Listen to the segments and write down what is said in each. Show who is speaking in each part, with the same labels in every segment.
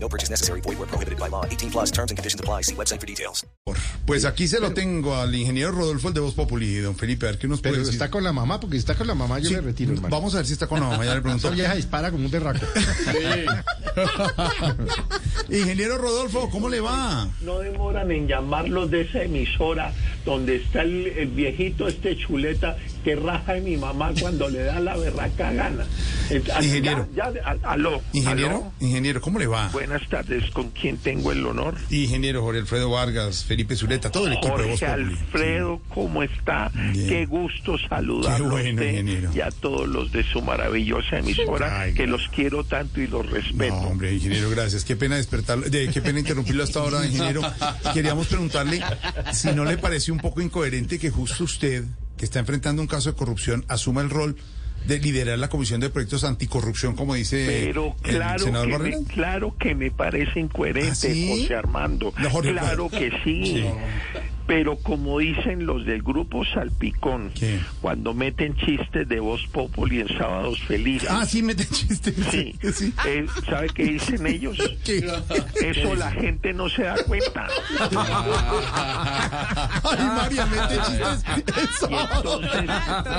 Speaker 1: No purchase necessary. Void where prohibited by law. 18 plus terms and conditions apply. See website for details.
Speaker 2: Pues aquí se lo tengo al ingeniero Rodolfo, el de Voz Populi, don Felipe, a ver qué nos puede
Speaker 3: Pero
Speaker 2: decir.
Speaker 3: está con la mamá, porque si está con la mamá, yo
Speaker 2: Sí,
Speaker 3: me retiro, hermano.
Speaker 2: Vamos a ver si está con la mamá, ya le
Speaker 3: Esa
Speaker 2: pregunto.
Speaker 3: vieja dispara como un berraco.
Speaker 2: ingeniero Rodolfo, ¿cómo le va?
Speaker 4: No demoran en llamarlos de esa emisora donde está el, el viejito este chuleta que raja de mi mamá cuando le da la berraca gana. Eh, ah,
Speaker 2: Ingeniero.
Speaker 4: Ya, ya, a- aló.
Speaker 2: Ingeniero,
Speaker 4: aló.
Speaker 2: ingeniero, ¿cómo le va?
Speaker 4: Buenas tardes, ¿con quién tengo el honor?
Speaker 2: Ingeniero Jorge Alfredo Vargas, Felipe Zuleta, todo el equipo de Voz
Speaker 4: Jorge
Speaker 2: Populi.
Speaker 4: Alfredo, ¿cómo está?
Speaker 2: Bien.
Speaker 4: Qué gusto saludarlo
Speaker 2: Qué
Speaker 4: a
Speaker 2: bueno,
Speaker 4: usted
Speaker 2: ingeniero.
Speaker 4: y a todos los de su maravillosa emisora,
Speaker 2: Ay,
Speaker 4: que
Speaker 2: gracias.
Speaker 4: los quiero tanto y los respeto.
Speaker 2: No, hombre, ingeniero, gracias. Qué pena despertarlo, de- qué pena interrumpirlo hasta ahora, ingeniero. Queríamos preguntarle si no le pareció un poco incoherente que justo usted, que está enfrentando un caso de corrupción, asuma el rol de liderar la Comisión de Proyectos Anticorrupción, como dice
Speaker 4: Pero
Speaker 2: el
Speaker 4: claro
Speaker 2: senador
Speaker 4: que,
Speaker 2: Barrera.
Speaker 4: me, claro que me parece incoherente,
Speaker 2: ¿Ah, sí?
Speaker 4: José Armando.
Speaker 2: No, Jorge, claro.
Speaker 4: claro que sí.
Speaker 2: Sí.
Speaker 4: Pero como dicen los del grupo Salpicón,
Speaker 2: ¿Qué?
Speaker 4: cuando meten chistes de voz populi en sábados felices.
Speaker 2: Ah, sí, mete chiste.
Speaker 4: Sí.
Speaker 2: sí.
Speaker 4: Eh, ¿Sabe qué dicen ellos?
Speaker 2: ¿Qué?
Speaker 4: Eso la gente no se da cuenta.
Speaker 2: Ay, María, mete chistes. el
Speaker 4: Y
Speaker 2: sábado.
Speaker 4: entonces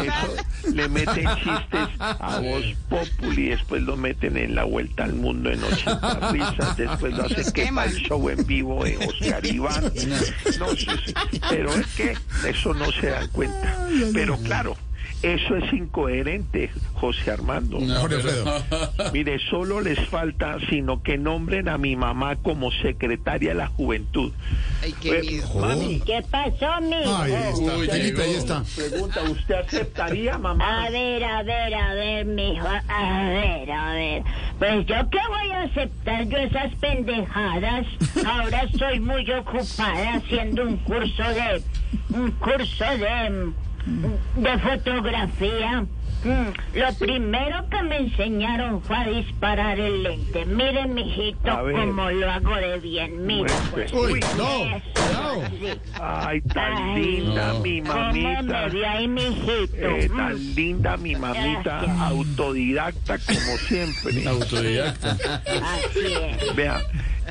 Speaker 4: eso, le meten chistes a Voz Populi, después lo meten en la vuelta al mundo en 80 risas, después lo hacen que para el show en vivo en Oscar Iván. No, sí, sí, pero es que eso no se dan cuenta. Pero claro, eso es incoherente, José Armando.
Speaker 2: Jorge Alfredo.
Speaker 4: Mire, solo les falta, sino que nombren a mi mamá como secretaria de la juventud. Eh, mami,
Speaker 5: ¿Qué pasó, mijo?
Speaker 2: Ahí está.
Speaker 3: Uy,
Speaker 2: Felipe, ahí está.
Speaker 4: pregunta, ¿usted aceptaría, mamá?
Speaker 5: A ver, a ver, a ver, mijo. A ver, a ver. Pues yo que voy a aceptar yo esas pendejadas. Ahora estoy muy ocupada haciendo un curso de. Un curso de. de fotografía. Mm, Lo primero que me enseñaron fue a disparar el lente. Miren, mijito,
Speaker 4: A ver.
Speaker 5: cómo lo hago de bien. Mira.
Speaker 4: Pues,
Speaker 2: Uy, no.
Speaker 5: Eso, sí.
Speaker 4: Ay, tan
Speaker 5: Ay,
Speaker 4: linda
Speaker 3: no.
Speaker 4: mi
Speaker 5: ¿Cómo
Speaker 4: mamita.
Speaker 5: me vio ahí, mijito?
Speaker 4: Eh,
Speaker 5: Mm.
Speaker 4: tan linda mi mamita,
Speaker 5: Gracias.
Speaker 4: autodidacta como siempre.
Speaker 3: Autodidacta.
Speaker 5: Así es.
Speaker 4: Vea,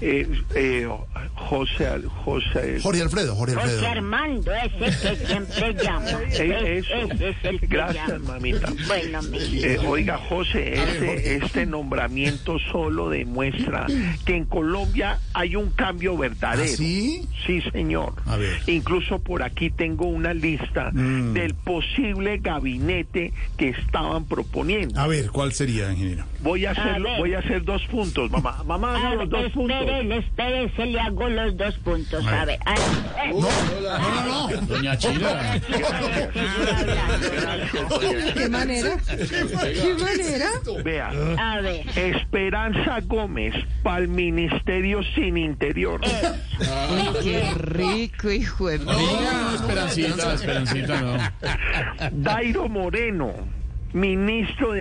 Speaker 4: eh, eh, José, José,
Speaker 2: Jorge Alfredo, Jorge
Speaker 5: José
Speaker 2: Alfredo.
Speaker 5: Armando, ese que siempre llama.
Speaker 4: eh,
Speaker 5: Es-
Speaker 4: eso.
Speaker 5: Ese es el que
Speaker 4: Gracias,
Speaker 5: llama.
Speaker 4: mamita.
Speaker 5: Bueno, mi
Speaker 4: Eh, oiga, José, este, este nombramiento solo demuestra que en Colombia hay un cambio verdadero.
Speaker 2: ¿Ah, sí?
Speaker 4: Sí, señor.
Speaker 2: A ver. Mm.
Speaker 4: Incluso por aquí tengo una lista del posible gabinete que estaban proponiendo.
Speaker 2: A ver, ¿cuál sería, ingeniero?
Speaker 4: Voy a hacerlo,
Speaker 5: ver.
Speaker 4: voy a hacer dos puntos, mamá. Mamá, haga
Speaker 5: A
Speaker 4: los
Speaker 5: ver,
Speaker 4: dos puntos.
Speaker 5: espere, espere, se le hago los dos puntos.
Speaker 2: A
Speaker 5: A
Speaker 2: ver.
Speaker 5: ver, ay, eh,
Speaker 2: No, no, no, no.
Speaker 3: Doña China.
Speaker 5: ahora sí sigue hablando.
Speaker 6: ¿Qué manera? ¿Qué manera?
Speaker 4: Vea,
Speaker 2: Ah.
Speaker 5: A ver,
Speaker 4: Esperanza Gómez para el Ministerio sin Interior.
Speaker 5: Eh.
Speaker 6: Qué rico, hijo de
Speaker 3: Esperancita, esperancita, no.
Speaker 4: Dairo Moreno, ministro de...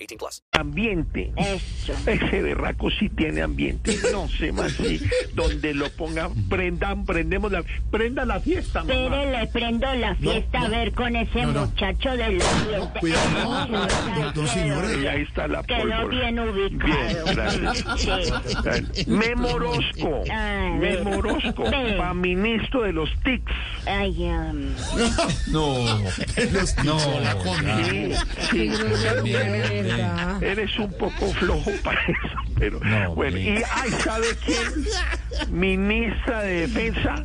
Speaker 1: 18 plus.
Speaker 4: ambiente.
Speaker 5: eso.
Speaker 4: Ese berraco sí tiene ambiente. No sé más si donde lo pongan, prendan, prendemos la, prenda la fiesta, mamá.
Speaker 5: Espere, le prendo la fiesta a ver con ese
Speaker 2: no.
Speaker 5: muchacho de los dientes.
Speaker 2: Cuidado, no, no, no, señores.
Speaker 4: Y ahí está la
Speaker 5: Quedó
Speaker 4: pólvora.
Speaker 5: bien
Speaker 4: Bien,
Speaker 5: ubicado. Sí.
Speaker 4: gracias. Memo Orozco,
Speaker 5: Ah,
Speaker 4: Memo
Speaker 5: bueno.
Speaker 4: Orozco,
Speaker 5: Sí.
Speaker 4: pa' ministro de los TICs.
Speaker 5: Ay, um,
Speaker 2: No, no, la contra.
Speaker 4: Sí, sí,
Speaker 6: ¿Verdad?
Speaker 4: eres un poco flojo para eso, pero bueno. Y, ay, ¿sabe quién? Ministra de Defensa,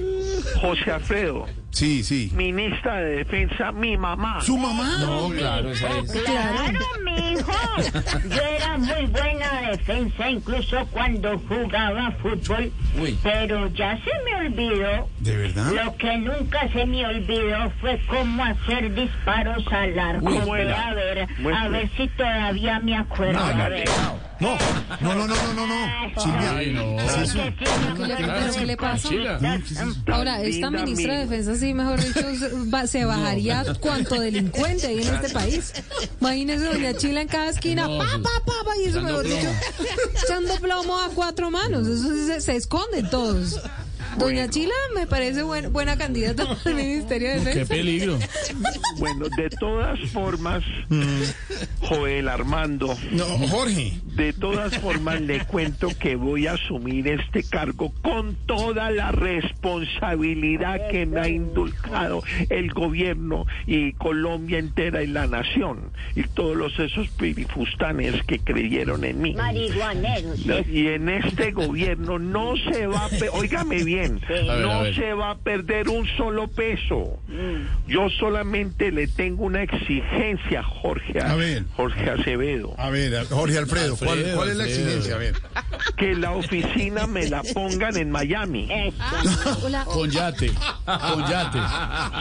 Speaker 4: José Alfredo,
Speaker 2: Sí, sí.
Speaker 4: ministra de Defensa, mi mamá.
Speaker 2: ¿Su mamá?
Speaker 3: No, claro, esa es.
Speaker 5: Claro, mijo. Yo era muy buena defensa, incluso cuando jugaba fútbol.
Speaker 7: Uy.
Speaker 5: Pero ya se me olvidó.
Speaker 2: ¿De verdad?
Speaker 5: Lo que nunca se me olvidó fue cómo hacer disparos al arco.
Speaker 4: Uy,
Speaker 5: Voy
Speaker 4: buena.
Speaker 5: a ver, a
Speaker 4: Buena.
Speaker 5: ver si todavía me acuerdo. a ver.
Speaker 2: No, no, no, no, no, no. no. Sí, mira.
Speaker 3: Ay, no.
Speaker 2: Sí, sí.
Speaker 5: Que sí,
Speaker 6: ¿Qué le-
Speaker 3: Claro,
Speaker 6: pero qué le pasa?
Speaker 3: tranquila.
Speaker 4: Tan
Speaker 6: Ahora, esta
Speaker 4: linda,
Speaker 6: ministra de
Speaker 4: mijo.
Speaker 6: Defensa, sí, mejor dicho, se va- se bajaría cuanto delincuente hay en este país. Imagínese doña Chila en cada esquina,
Speaker 3: No,
Speaker 6: pa,
Speaker 3: sí.
Speaker 6: pa, pa, pa, y eso,
Speaker 3: Echando
Speaker 6: mejor dicho, echando plomo a cuatro manos. Eso sí se, se esconden todos. Doña Chila me parece buen- buena candidata al Ministerio de
Speaker 3: Qué
Speaker 6: Defensa.
Speaker 3: peligro.
Speaker 4: Bueno, de todas formas, Joel Armando,
Speaker 2: No, Jorge.
Speaker 4: de todas formas le cuento que voy a asumir este cargo con toda la responsabilidad que me ha indulcado el gobierno y Colombia entera y la nación y todos los esos pirifustanes que creyeron en mí.
Speaker 5: Marihuaneros.
Speaker 4: No, Y en este gobierno no se va a, pe- óigame bien,
Speaker 3: A ver, a
Speaker 4: no
Speaker 3: ver.
Speaker 4: se va a perder un solo peso. Yo solamente le tengo una exigencia, Jorge,
Speaker 2: A ver.
Speaker 4: Jorge Acevedo,
Speaker 2: A ver, a- Jorge Alfredo, ¿cuál,
Speaker 3: Alfredo,
Speaker 2: cuál es la
Speaker 3: Alfredo.
Speaker 2: exigencia? A ver.
Speaker 4: que la oficina me la pongan en Miami.
Speaker 6: Hola.
Speaker 3: Con yate. Con yate.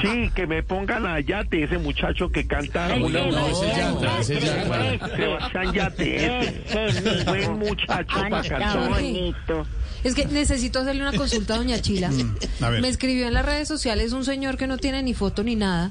Speaker 4: Sí, que me pongan a Yate, ese muchacho que canta una
Speaker 3: no, ese es llanta, ese es llanta.
Speaker 4: Sebastián Yate, ese buen muchacho para
Speaker 5: Está
Speaker 4: cantar.
Speaker 5: bonito.
Speaker 6: Es que necesito hacerle una consulta a doña Chila.
Speaker 2: Mm, a ver.
Speaker 6: Me escribió en las redes sociales un señor que no tiene ni foto ni nada.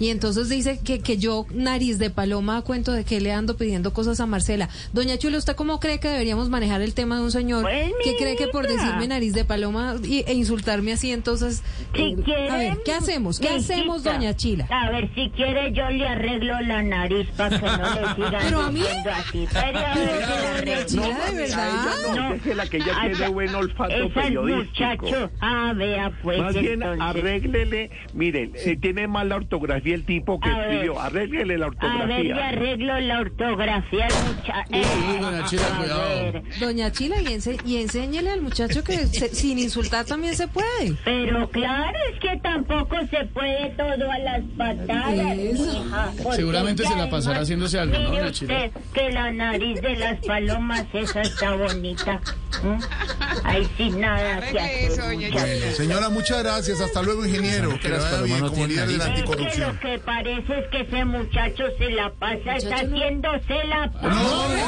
Speaker 6: Y entonces dice que, que yo, nariz de paloma, a cuento de que le ando pidiendo cosas a Marcela. Doña Chula, ¿usted cómo cree que deberíamos manejar el tema de un señor
Speaker 5: Pues,
Speaker 6: que cree que por
Speaker 5: mijita.
Speaker 6: decirme nariz de paloma y- e insultarme así, entonces...
Speaker 5: Si Ah,
Speaker 6: eh,
Speaker 5: quiere,
Speaker 6: a ver, ¿qué hacemos? ¿Qué
Speaker 5: mijita,
Speaker 6: hacemos, doña Chila?
Speaker 5: A ver, si quiere yo le arreglo la nariz para que no le sigan
Speaker 6: ¿Pero a mí?
Speaker 5: diciendo así. Pero a ver, se la
Speaker 6: Doña
Speaker 5: arreglo.
Speaker 6: Chila, ¿de
Speaker 4: Ella
Speaker 6: verdad?
Speaker 4: no, déjela que ella
Speaker 5: Ay,
Speaker 4: tiene buen olfato
Speaker 5: Ese
Speaker 4: periodístico.
Speaker 5: muchacho, ah, vea, pues
Speaker 4: Más bien,
Speaker 5: entonces.
Speaker 4: arréglele, miren, eh, tiene mala ortografía el tipo que
Speaker 5: A ver.
Speaker 4: escribió, arréglele la
Speaker 5: A ver, le
Speaker 4: ortografía.
Speaker 5: arreglo la ortografía al muchacho.
Speaker 3: Uy, doña Chila, cuidado.
Speaker 6: Doña Chila, y, ense- y enséñele al muchacho que se- sin insultar también se puede.
Speaker 5: Pero claro, es que tampoco se puede todo a las patadas.
Speaker 6: Eso.
Speaker 5: mija, porque
Speaker 3: Seguramente
Speaker 5: ya
Speaker 3: se la pasará
Speaker 5: además,
Speaker 3: haciéndose algo, ¿no,
Speaker 5: mire
Speaker 3: doña Chila?
Speaker 5: usted que la nariz de las palomas esa está bonita. ¿m? Ahí sin nada que hacer. muchachos.
Speaker 2: Señora, muchas gracias. Hasta luego, ingeniero. Que las
Speaker 3: las
Speaker 2: vaya
Speaker 3: palomas
Speaker 2: bien
Speaker 3: no
Speaker 2: como líder
Speaker 3: tienen
Speaker 2: de la
Speaker 3: nariz.
Speaker 5: Es que lo
Speaker 2: anticorrupción.
Speaker 5: que parece es que ese muchacho se la pasa, está
Speaker 6: Muchacho no.
Speaker 5: haciéndose la
Speaker 3: Ah,
Speaker 5: paz.